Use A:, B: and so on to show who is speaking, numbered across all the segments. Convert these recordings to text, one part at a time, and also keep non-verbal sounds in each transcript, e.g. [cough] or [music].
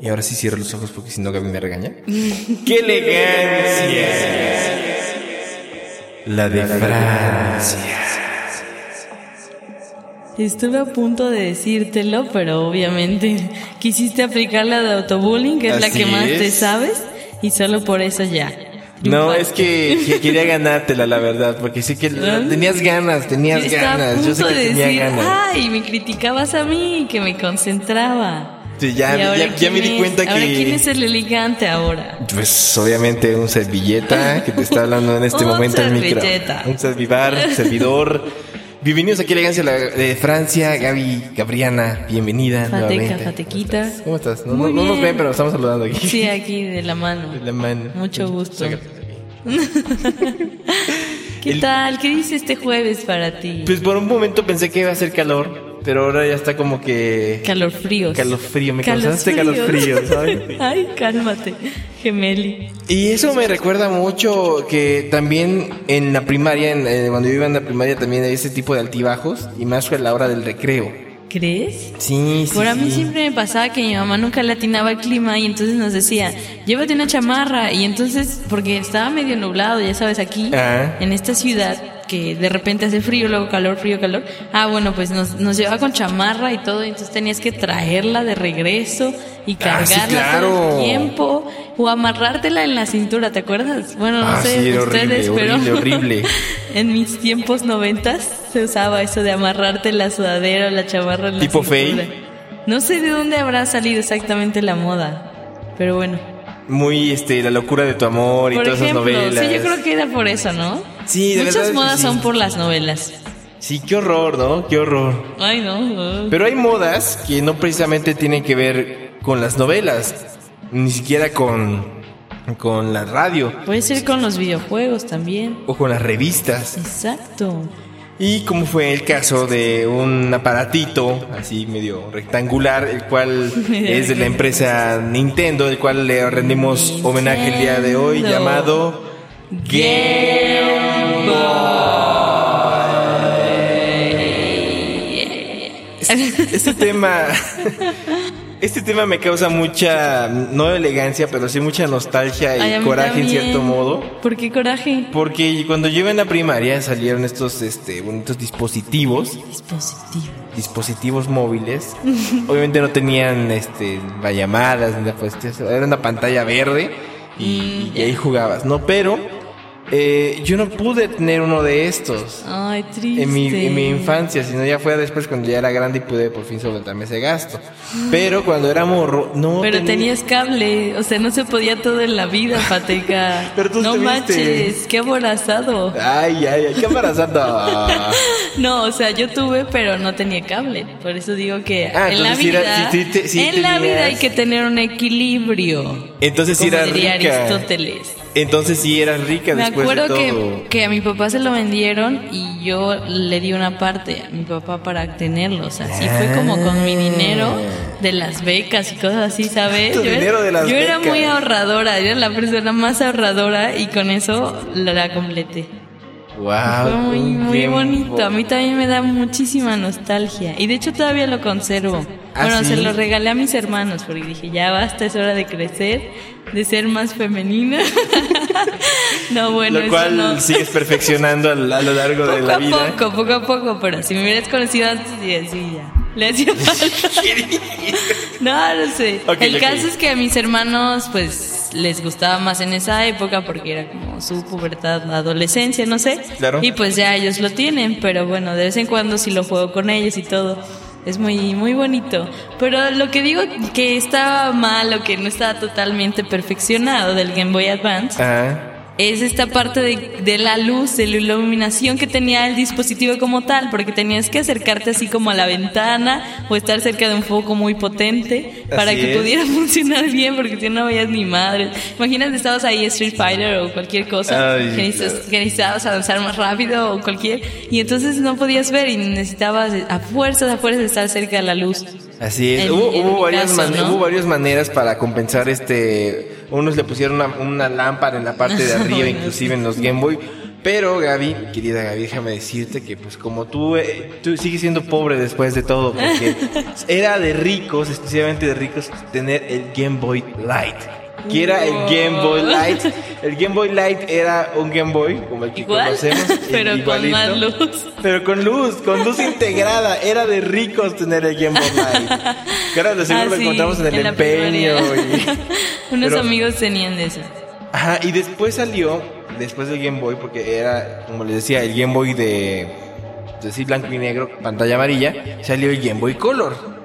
A: Y ahora sí cierro los ojos porque si no Gaby me
B: [laughs]
A: regaña. ¡Qué elegancia! La de Francia.
B: Estuve a punto de decírtelo, pero obviamente quisiste aplicar la de autobullying, que es la
A: Así
B: que más te
A: es.
B: sabes, y solo por eso ya.
A: No, es que, que quería ganártela, la verdad, porque sí que la- tenías ganas,
B: Yo
A: tenías
B: Ah. estaba a
A: ganas.
B: punto
A: Yo sé que
B: de
A: tenía
B: decir, "Ah".
A: ganas.
B: ay, me criticabas a mí, que me concentraba.
A: Sí, ya,
B: Y ahora
A: ya, ya me
B: quién
A: di
B: es-
A: cuenta
B: Ahora, ¿quién
A: que.
B: es el elegante ahora?
A: Pues obviamente un servilleta que te está hablando en este
B: Un
A: momento en micro.
B: servilleta.
A: Un servivar, servidor. Bienvenidos aquí a Elegancia la- de Francia, Gaby, Gabriana, bienvenida.
B: Fateca,
A: nuevamente.
B: fatequita.
A: ¿Cómo estás? No, no-
B: Muy
A: no nos
B: bien.
A: ven, pero estamos saludando aquí.
B: Sí, aquí de la
A: De
B: mano.
A: la mano.
B: Mucho gusto.
A: Sácate.
B: ¿Qué
A: El-
B: tal? ¿Qué dice este jueves para ti?
A: Pues por un momento pensé que iba a ser calor, pero ahora ya está como que
B: Calorfríos.
A: calofrío, Eh, me causaste calofrío, ¿sabes?
B: [laughs] Ay, cálmate, Gemeli.
A: Y eso me recuerda mucho que también en la primaria, en- eh, cuando yo iba en la primaria también había ese tipo de altibajos y más fue a la hora del recreo.
B: ¿Crees?
A: Sí, sí.
B: Por a mí
A: sí.
B: siempre me pasaba que mi mamá nunca le atinaba el clima y entonces nos decía, llévate una chamarra. Y entonces, porque estaba medio nublado, ya sabes, aquí,
A: Ah.
B: en esta ciudad, que de repente hace frío, luego calor, frío, calor. Ah, bueno, pues nos, nos llevaba con chamarra y todo, y entonces tenías que traerla de regreso y
A: Ah, sí,
B: cargarla todo
A: claro.
B: el tiempo o amarrártela en la cintura, ¿te acuerdas? Bueno, no
A: Ah,
B: sé
A: sí, era
B: ustedes,
A: horrible,
B: pero
A: horrible,
B: [laughs]
A: horrible.
B: en mis tiempos noventas se usaba eso de amarrarte la sudadera o la chamarra en la
A: ¿Tipo
B: cintura.
A: fey?
B: No sé de dónde habrá salido exactamente la moda, pero bueno.
A: Muy este, la locura de tu amor y
B: Por
A: todas
B: ejemplo,
A: esas novelas.
B: sí, yo creo que era por eso, ¿no?
A: Sí, de
B: Muchas
A: verdad es que
B: modas
A: sí.
B: son por las novelas.
A: Sí, qué horror, ¿no? Qué horror.
B: Ay, no.
A: Pero hay modas que no precisamente tienen que ver con las novelas, ni siquiera con, con la radio
B: Puede ser con los videojuegos también.
A: o con las revistas.
B: Exacto.
A: Y como fue el caso de un aparatito así medio rectangular, el
B: [laughs]
A: cual es de la empresa Nintendo, el cual le rendimos homenaje el día de hoy,
B: Nintendo.
A: llamado Game Este, este tema. Este tema me causa mucha, no elegancia, pero sí mucha nostalgia y
B: Ay, a mí
A: coraje en
B: también.
A: cierto modo.
B: ¿Por qué coraje?
A: Porque cuando yo iba en la primaria salieron estos este, bonitos dispositivos,
B: Dispositivo.
A: dispositivos
B: [laughs]
A: móviles. Obviamente no tenían este, llamadas, ni nada, pues, era una pantalla verde
B: Mm,
A: y, y ahí jugabas, ¿no? Pero eh, yo no pude tener uno de estos
B: Ay, triste.
A: en mi, en mi infancia, sino ya fue después cuando ya era grande y pude por fin solventarme ese gasto. Pero cuando era morro, no.
B: Pero
A: tenía-
B: tenías cable, o sea, no se podía todo en la vida, Pateca.
A: [laughs] Pero tú
B: no
A: estuviste.
B: manches, qué aborazado.
A: Ay, ay, ay, qué embarazada.
B: [laughs] No, o sea, yo tuve, pero no tenía cable. Por eso digo que
A: Ah,
B: en la
A: entonces sí era-
B: vida,
A: sí, sí, te- sí
B: en la
A: tenías-
B: vida hay que tener un equilibrio.
A: Entonces sí
B: como
A: era
B: diría
A: rica.
B: Aristóteles.
A: Entonces sí eras rica
B: Me
A: después
B: acuerdo
A: de
B: que,
A: todo.
B: que a mi papá se lo vendieron y yo le di una parte a mi papá para tenerlo. O sea, así fue como con mi dinero de las becas y cosas así, ¿sabes?
A: Tu
B: yo era-
A: dinero de las
B: yo era
A: becas.
B: muy ahorradora, yo era la persona más ahorradora y con eso la, la completé.
A: Wow.
B: fue muy,
A: un
B: muy
A: tiempo.
B: bonito. A mí también me da muchísima nostalgia. Y de hecho todavía lo conservo.
A: ¿Ah,
B: bueno,
A: sí?
B: se lo regalé a mis hermanos porque dije, ya basta, es hora de crecer, de ser más femenina. [laughs] no, bueno,
A: Lo
B: eso
A: cual
B: no.
A: sigues perfeccionando a, lo- a lo largo de
B: [laughs] Poco
A: la
B: a
A: vida.
B: poco, poco a poco, pero si me hubieras conocido antes, diría, sí, ya.
A: [laughs]
B: Le hacía falta. no, no sé.
A: Ok,
B: El
A: ok.
B: caso es que a mis hermanos, pues, les gustaba más en esa época porque era como su pubertad, adolescencia, no sé.
A: Claro.
B: Y pues ya ellos lo tienen, pero bueno, de vez en cuando sí lo juego con ellos y todo. Es muy, muy bonito. Pero lo que digo que estaba mal o que no estaba totalmente perfeccionado del Game Boy Advance
A: Ah,
B: es esta parte de, de la luz, de la iluminación que tenía el dispositivo como tal, porque tenías que acercarte así como a la ventana o estar cerca de un foco muy potente para
A: Así
B: que
A: es.
B: pudiera [laughs] funcionar bien, porque si no, no veías ni madre. Imagínate, estabas ahí Street Fighter o cualquier cosa,
A: Ay,
B: que necesitas- que necesitabas avanzar más rápido o cualquier, y entonces no podías ver y necesitabas a fuerzas, a fuerzas estar cerca de la luz.
A: Así es.
B: En-
A: hubo,
B: en
A: hubo
B: mi
A: varias
B: caso,
A: man-
B: ¿no?
A: hubo varias maneras para compensar este. Unos le pusieron una, una lámpara en la parte
B: [laughs]
A: de arriba, inclusive en los Game Boy. Pero Gaby, querida Gaby, déjame decirte que pues como tú, eh, tú sigues siendo pobre después de todo,
B: [laughs]
A: porque era de ricos, exclusivamente de ricos, tener el Game Boy Light. Que era el Game Boy
B: Wow.
A: Light.
B: [laughs]
A: El Game Boy Light era un Game Boy, como el que
B: Igual,
A: conocemos.
B: [laughs] pero con
A: igualito.
B: más luz.
A: Pero con luz, con luz integrada. Era de ricos tener el Game Boy Light. Claro, de seguro
B: Ah,
A: lo
B: sí,
A: encontramos en el
B: la
A: empeño.
B: primaria. [laughs]
A: y-
B: Unos
A: Pero-
B: amigos tenían de eso.
A: Ajá, y después salió, después del Game Boy, porque era, como les decía, el Game Boy de, de así blanco y negro, pantalla amarilla, salió el Game Boy Color.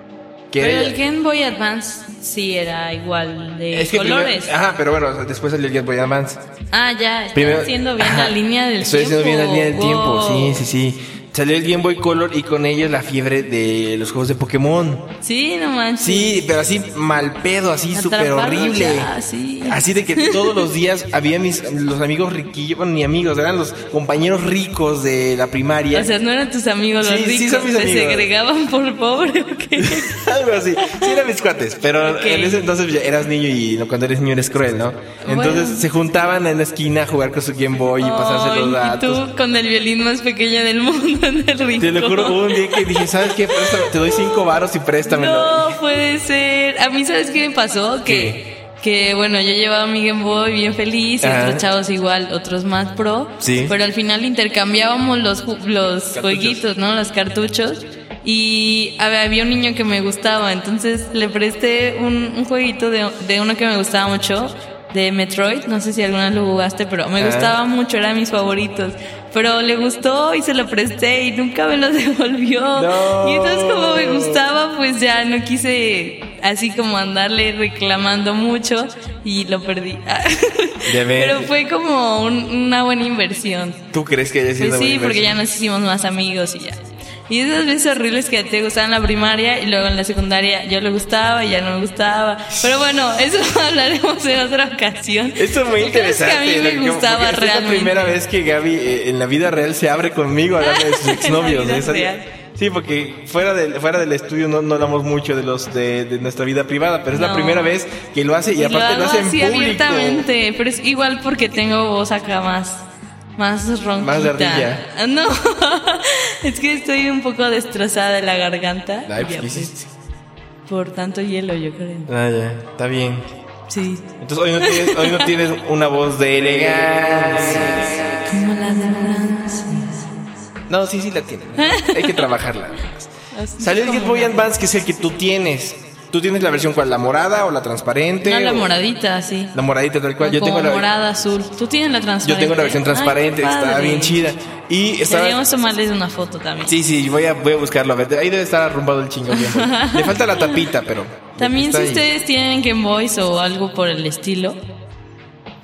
A: que
B: Pero
A: era-
B: el Game Boy Advance sí era igual de
A: es que primero- ah.
B: colores.
A: ajá, pero bueno, después salió el Game Boy Advance.
B: ah, ya, estoy
A: Primero-
B: haciendo bien
A: ajá,
B: la línea del
A: Estoy
B: tiempo.
A: haciendo bien la línea del tiempo,
B: Wow.
A: sí, sí, sí. Salió el Game Boy Color y con ellos la fiebre de los juegos de Pokémon.
B: Sí, no manches.
A: Sí, pero así mal pedo, así súper
B: Atraparlos
A: horrible.
B: ya, sí.
A: Así de que todos los días había mis los amigos riquillos, bueno, ni amigos, eran los compañeros ricos de la primaria.
B: O sea, no eran tus amigos los
A: Sí,
B: ricos,
A: sí son mis
B: te
A: amigos.
B: segregaban por pobre o qué.
A: [laughs] Algo así. Sí, eran mis cuates, pero
B: Ok.
A: en ese entonces ya eras niño y cuando eres niño eres cruel, ¿no? Entonces
B: Bueno.
A: se juntaban en la esquina a jugar con su Game Boy y pasarse los
B: Ay, y
A: datos.
B: tú con el violín más pequeño del mundo [laughs] en el rincón.
A: Te lo juro, hubo un día que dije, ¿sabes qué? Préstame, te doy cinco varos y préstamelo.
B: No puede ser. A mí, ¿sabes qué me pasó?
A: ¿Qué?
B: Que, que bueno, yo llevaba mi Game Boy bien feliz, y
A: Ajá.
B: otros chavos igual, otros más pro.
A: Sí.
B: Pero al final intercambiábamos los, ju- los jueguitos, ¿no? Los cartuchos. Y a ver, había un niño que me gustaba, entonces le presté un, un jueguito de, de uno que me gustaba mucho. De Metroid, no sé si alguna vez lo jugaste, pero me
A: Ah.
B: gustaba mucho, era de mis favoritos. Pero le gustó y se lo presté y nunca me lo [laughs] devolvió.
A: No.
B: Y entonces como me gustaba, pues ya no quise así como andarle reclamando mucho y lo perdí. [laughs]
A: De ver.
B: Pero fue como un- una buena inversión.
A: ¿Tú crees que haya sido
B: Pues
A: una buena
B: sí, porque
A: inversión?
B: ya nos hicimos más amigos y ya. Y esas veces horribles que te gustaban en la primaria y luego en la secundaria yo le gustaba y ya no me gustaba. Pero bueno, eso [laughs] hablaremos en otra ocasión.
A: Eso es muy
B: El caso es
A: interesante.
B: Que a mí
A: lo
B: me
A: que-
B: gustaba
A: porque esta
B: realmente.
A: Es la primera vez que Gaby eh, en la vida real se abre conmigo hablando de sus
B: [laughs] En la
A: exnovios.
B: vida
A: ¿eh? Sale-
B: real.
A: Sí, porque fuera del, fuera del estudio no, no hablamos mucho de los de, de nuestra vida privada, pero es la
B: No.
A: primera vez que lo hace y
B: Pues
A: aparte lo,
B: hago
A: hace en
B: así
A: público.
B: abiertamente, pero es igual porque tengo voz acá más más ronquita.
A: Más de ardilla.
B: Ah, No. [laughs] es que estoy un poco destrozada de la garganta.
A: Ay, pues,
B: Ya,
A: ¿qué
B: pues,
A: hiciste?
B: por tanto hielo, yo creo.
A: Ah, ya, está bien.
B: Sí.
A: Entonces hoy no tienes, hoy no tienes una voz de elegancia.
B: Como la de Franz.
A: No, sí, sí la tiene. Hay que trabajarla.
B: Así
A: Salió el
B: como-
A: Game Boy Advance, que es el que tú tienes. ¿Tú tienes la versión cuál? ¿La morada o la transparente?
B: No, la
A: o-
B: moradita, sí.
A: La moradita tal cual. Yo
B: Como
A: tengo la,
B: morada azul. Tú tienes la transparente.
A: yo tengo la versión
B: Ay, qué
A: transparente, estaba
B: padre.
A: bien chida. Y estaba...
B: Deberíamos tomarles una foto también.
A: Sí, sí, voy a, voy a buscarlo. A ver, ahí debe estar arrumbado el chingón.
B: [laughs]
A: Game Boy. Le falta la tapita, pero...
B: También
A: está
B: si
A: ahí.
B: ustedes tienen Game Boys o algo por el estilo,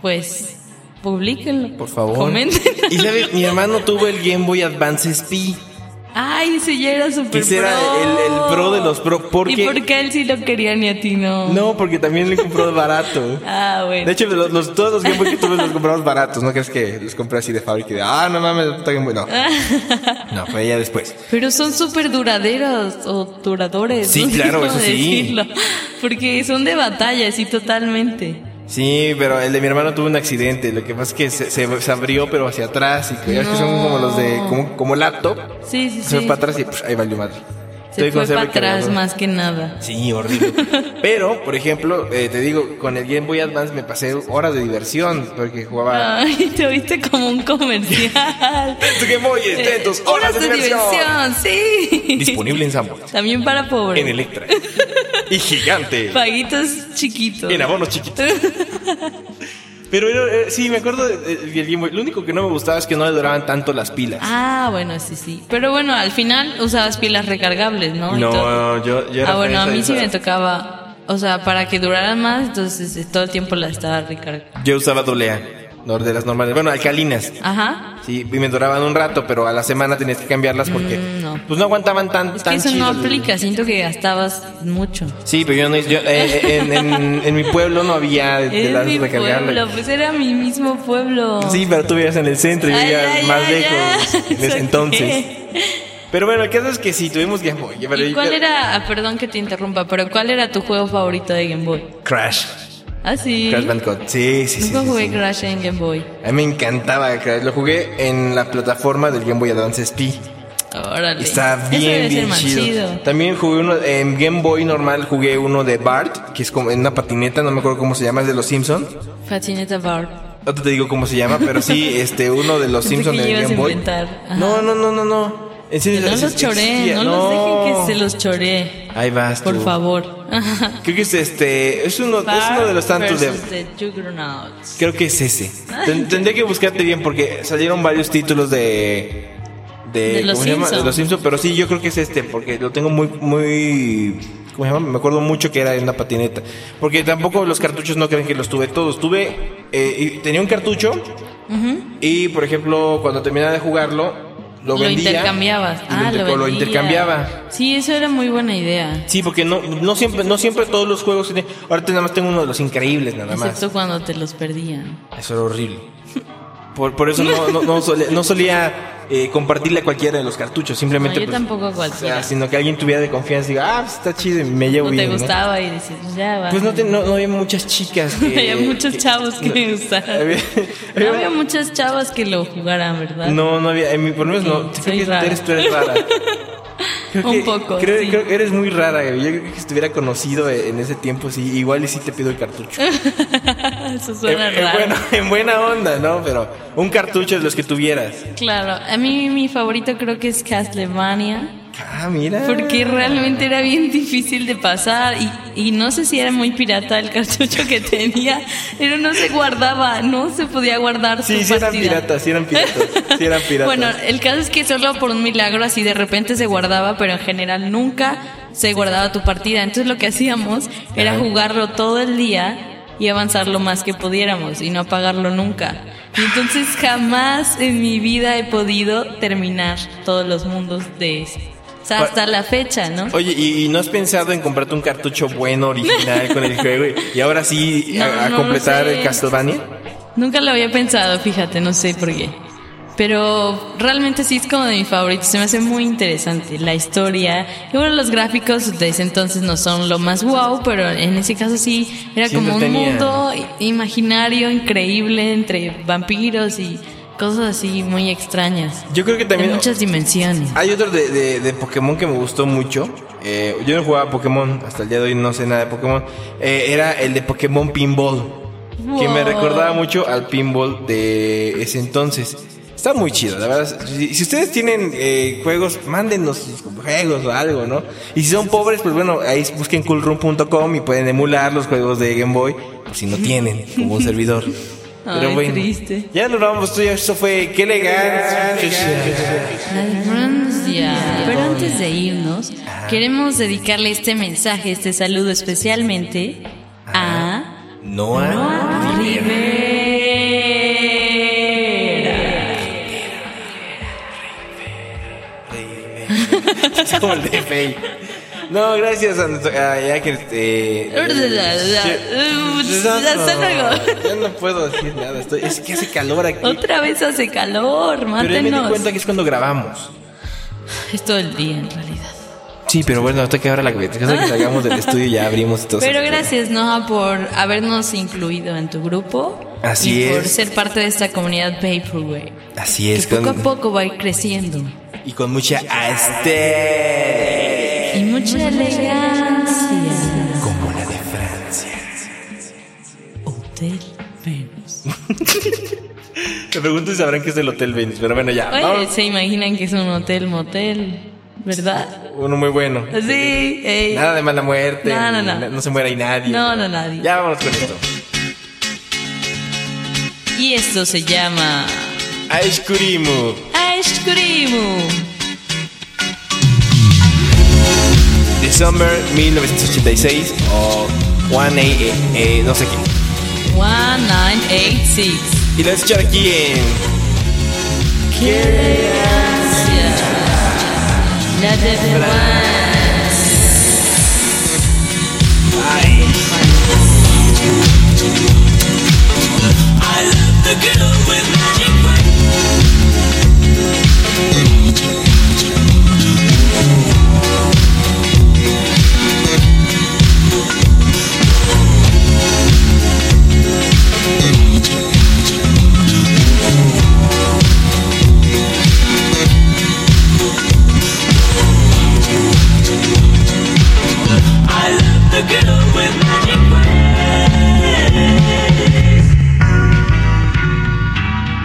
B: pues publíquenlo.
A: Por favor.
B: Comenten.
A: Y sabe, mi hermano tuvo el Game Boy Advance SP.
B: [laughs] Ay, ese ya era super
A: Que ese era el, el pro de los pro.
B: ¿Y
A: Porque...
B: por qué él sí lo quería ni a ti no?
A: No, porque también le compró barato.
B: Ah, bueno.
A: De hecho, los, los- todos los Game Boy que tuve los compramos baratos. No crees que los compré así de fábrica y de, ah, no mames, puta Game Boy. No, no, fue ya después.
B: [laughs] Pero son súper duraderos o duradores.
A: Sí,
B: no sé
A: claro,
B: cómo
A: eso sí.
B: decirlo. Porque son de batalla, sí, totalmente.
A: Sí, pero el de mi hermano tuvo un accidente. Lo que pasa es que se, se- se abrió, pero hacia atrás. Y que, ya ves que son como los de, como, como laptop.
B: Sí, sí,
A: Se
B: sí.
A: fue para atrás y pues, ahí valió madre.
B: Se
A: Estoy con
B: fue
A: cero
B: para atrás
A: cargador.
B: más que nada.
A: Sí, horrible.
B: [laughs]
A: Pero, por ejemplo, eh, te digo, con el Game Boy Advance me pasé horas de diversión porque jugaba.
B: Ay, te oíste como un
A: [laughs]
B: comercial.
A: Tu Game Boy,
B: Eh,
A: entonces, horas de diversión.
B: sí.
A: Disponible en Sambo,
B: También para pobres.
A: en
B: [laughs]
A: Electra y Gigante.
B: Paguitos chiquitos.
A: En abonos chiquitos. Pero era- eh, sí, me acuerdo de- de- del Game Boy. Lo único que no me gustaba es que no le duraban tanto las pilas.
B: Ah, bueno, sí, sí. Pero bueno, al final usabas pilas recargables, ¿no? Y todo.
A: no, yo, yo era
B: Ah, bueno, a
A: fresa
B: mí
A: de
B: sí me
A: esas.
B: tocaba. O sea, para que duraran más, entonces eh, todo el tiempo la estaba recargando.
A: Yo usaba doble A. no, de las normales, bueno, alcalinas.
B: Ajá.
A: Sí, y me duraban un rato, pero a la semana tenías que cambiarlas porque
B: Mm, no.
A: pues no aguantaban tan,
B: Es que
A: tan
B: eso no
A: chido.
B: aplica, siento que gastabas mucho.
A: Sí, pero yo no yo, eh, en, en- en mi pueblo no había de, de
B: Es
A: las
B: mi
A: recargables.
B: pueblo, pues era mi mismo pueblo.
A: Sí, pero tú vivías en el centro y
B: Ay,
A: vivías
B: ya,
A: más
B: ya,
A: lejos
B: ya.
A: en ese
B: [laughs] ¿Eso
A: entonces.
B: qué?
A: Pero bueno, el caso es que sí, tuvimos Game Boy. Pero-
B: ¿Y cuál era, ah, perdón que te interrumpa, pero cuál era tu juego favorito de Game Boy?
A: Crash.
B: Ah, sí.
A: Crash Bandicoot. Sí, sí, sí.
B: Nunca
A: sí,
B: jugué
A: sí.
B: Crash en Game Boy.
A: A mí me encantaba Crash. Lo jugué en la plataforma del Game Boy Advance SP.
B: Órale.
A: Está
B: Eso debe
A: bien,
B: ser
A: bien
B: más
A: chido. También jugué uno en Game Boy normal, jugué uno de Bart, que es como en una patineta, no me acuerdo cómo se llama, es de los Simpsons.
B: Patineta Bar.
A: No te digo cómo se llama, pero
B: [laughs]
A: sí, este, uno de los
B: Pensé
A: Simpsons
B: que
A: en
B: ibas
A: Game
B: a
A: Boy.
B: inventar. Ajá.
A: No, no, no, no, no. En serio,
B: No
A: es-
B: los choré,
A: existía.
B: no, los dejen que se los choré.
A: Ahí vas tú.
B: Por favor.
A: Creo que es este, es uno, es uno de los tantos de...
B: versus The Juggernauts.
A: Creo que es ese. Ten- tendría que buscarte bien porque salieron varios títulos de. De,
B: De los
A: ¿cómo se llama?
B: Simpson.
A: De los Simpsons, pero sí, yo creo que es este, porque lo tengo muy, muy, ¿cómo se llama? Me acuerdo mucho que era en una patineta, porque tampoco los cartuchos no creen que los tuve todos, tuve, eh, y tenía un cartucho y, por ejemplo, cuando terminaba de jugarlo, lo,
B: Lo,
A: vendía.
B: intercambiabas.
A: y lo,
B: Ah, lo,
A: inter- lo
B: vendías.
A: intercambiaba.
B: Sí, eso era muy buena idea.
A: Sí, porque no, no siempre, no siempre todos los juegos tienen. Ahorita nada más tengo uno de los increíbles, nada más.
B: Excepto cuando te los perdían.
A: Eso era horrible. Por, por eso no, no, no solía, no solía, eh, compartirle a cualquiera de los cartuchos,
B: No,
A: simplemente.
B: yo
A: pues,
B: tampoco a
A: o
B: cualquiera.
A: sea, sino que alguien tuviera de confianza y diga, ah, pues, está chido y me llevo
B: no te
A: bien. ¿no?".
B: gustaba y decías, ya va.
A: Pues no, te- no, no había muchas chicas. que-
B: [laughs] había muchos chavos que me gustaban.
A: [laughs] había-
B: No
A: había-
B: había muchas chavas que lo jugaran, ¿verdad?
A: no, no había. En mi, por lo menos no.
B: Sí,
A: creo
B: soy
A: que
B: rara.
A: eres, tú eres
B: [laughs]
A: rara. Creo
B: Un
A: que-
B: poco,
A: Creo,
B: sí.
A: creo que eres muy rara. güey. Yo creo que estuviera conocido en ese tiempo. Sí, igual y sí te pido el cartucho.
B: Eso [laughs] suena
A: en, en
B: raro.
A: buena, en buena onda, ¿no? Pero un cartucho de los que tuvieras.
B: Claro, a mí mi favorito creo que es Castlevania.
A: Ah, mira.
B: Porque realmente era bien difícil de pasar y, y no sé si era muy pirata el cartucho que tenía, pero no se guardaba, no se podía guardar
A: Sí,
B: su
A: sí eran
B: partida.
A: piratas, sí eran piratas, sí
B: [laughs]
A: eran piratas.
B: Bueno, el caso es que solo por un milagro así de repente se guardaba, pero en general nunca se guardaba tu partida. Entonces lo que hacíamos era
A: Ajá.
B: jugarlo todo el día y avanzar lo más que pudiéramos y no apagarlo nunca. Y entonces jamás en mi vida he podido terminar todos los mundos de ese. O sea,
A: Pa-
B: hasta la fecha, ¿no?
A: Oye, ¿y, y no has pensado en comprarte un cartucho bueno, original con el juego? y- Y ahora sí,
B: [laughs] No,
A: a, a
B: no lo
A: completar
B: sé.
A: el Castlevania.
B: Nunca lo había pensado, fíjate, no sé por qué. Pero realmente sí es como de mis favoritos, se me hace muy interesante la historia. Y bueno, los gráficos de ese entonces no son lo más wow, pero en ese caso sí, era
A: Sí,
B: como
A: lo
B: un
A: tenía.
B: mundo imaginario, increíble, entre vampiros y cosas así muy extrañas.
A: Yo creo que
B: De
A: también.
B: muchas dimensiones.
A: Hay otro de, de- de Pokémon que me gustó mucho. Eh, yo no jugaba a Pokémon, hasta el día de hoy no sé nada de Pokémon. Eh, era el de Pokémon Pinball. Que me
B: Wow.
A: recordaba mucho al pinball de ese entonces. Está muy chido, la verdad. Si, si ustedes tienen eh, juegos, mándenos sus juegos o algo, ¿no? Y si son pobres, pues bueno, ahí busquen coolroom.com y pueden emular los juegos de Game Boy, por si no tienen, como un servidor. Pero
B: [laughs] Ay,
A: bueno,
B: triste.
A: ya nos vamos, esto fue, qué elegante.
B: Ay, buenos días. Pero antes de irnos, queremos dedicarle este mensaje, este saludo especialmente a...
A: Noah Es como el de Fey. No, gracias a nuestro- a- ya que este.
B: Hasta luego.
A: Ya no puedo decir nada. Estoy, es que hace calor aquí.
B: Otra vez hace calor,
A: Pero ya me di
B: mátenos.
A: cuenta que es cuando grabamos.
B: Es todo el día en realidad.
A: Sí, pero bueno, hasta que ahora la hasta que salgamos del estudio ya abrimos todo.
B: Pero gracias, Noah, por habernos incluido en tu grupo.
A: Así
B: y Por
A: es.
B: ser parte de esta comunidad Vaporwave.
A: Así es,
B: Poco a
A: con-
B: poco va a ir creciendo.
A: y con mucha este
B: Y mucha elegancia.
A: como la de Francia.
B: Hotel Venus.
A: Me pregunto si sabrán que es del Hotel Venus, pero bueno, ya.
B: Oye,
A: vamos.
B: se imaginan que es un hotel motel, ¿verdad?
A: Uno muy bueno.
B: Sí, ey.
A: Nada de mala muerte.
B: Eh, No, no,
A: ni
B: no.
A: na- se muera ahí nadie.
B: No, no, nadie.
A: Ya vámonos con esto.
B: Y esto se llama
A: Ice Kurimu.
B: Ice Cream.
A: The Summer 1986 eh, o 1 a, eh, no sé qué.
B: 1986.
A: Y lo vas a escuchar aquí en.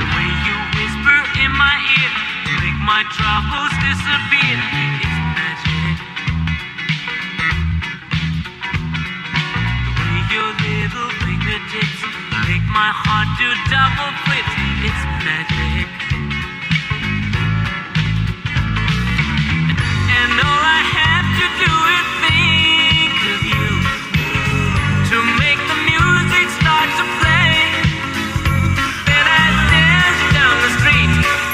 C: The way you whisper in my ear, make my troubles disappear. It's magic. The way your little fingertips make my heart do double flips. It's magic. And all I have to do is think of you to make the music start to play. Then I dance down the street,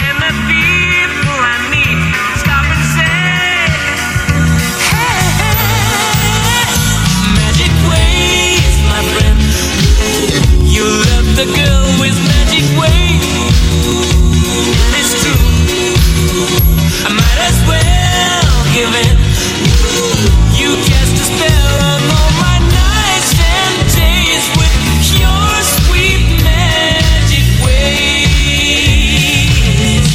C: and the people I meet stop and say, "Magic ways, my friend. You love the girl with magic ways, and it's true. I might as well give in. You cast a spell on all my nights and days with your sweet magic ways.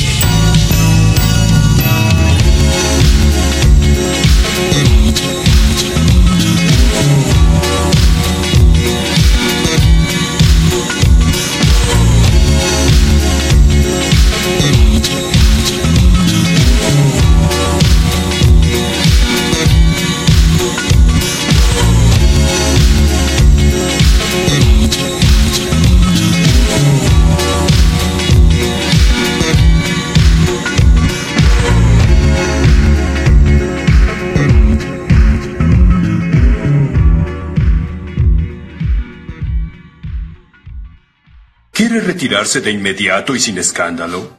D: ¿Quiere retirarse de inmediato y sin escándalo?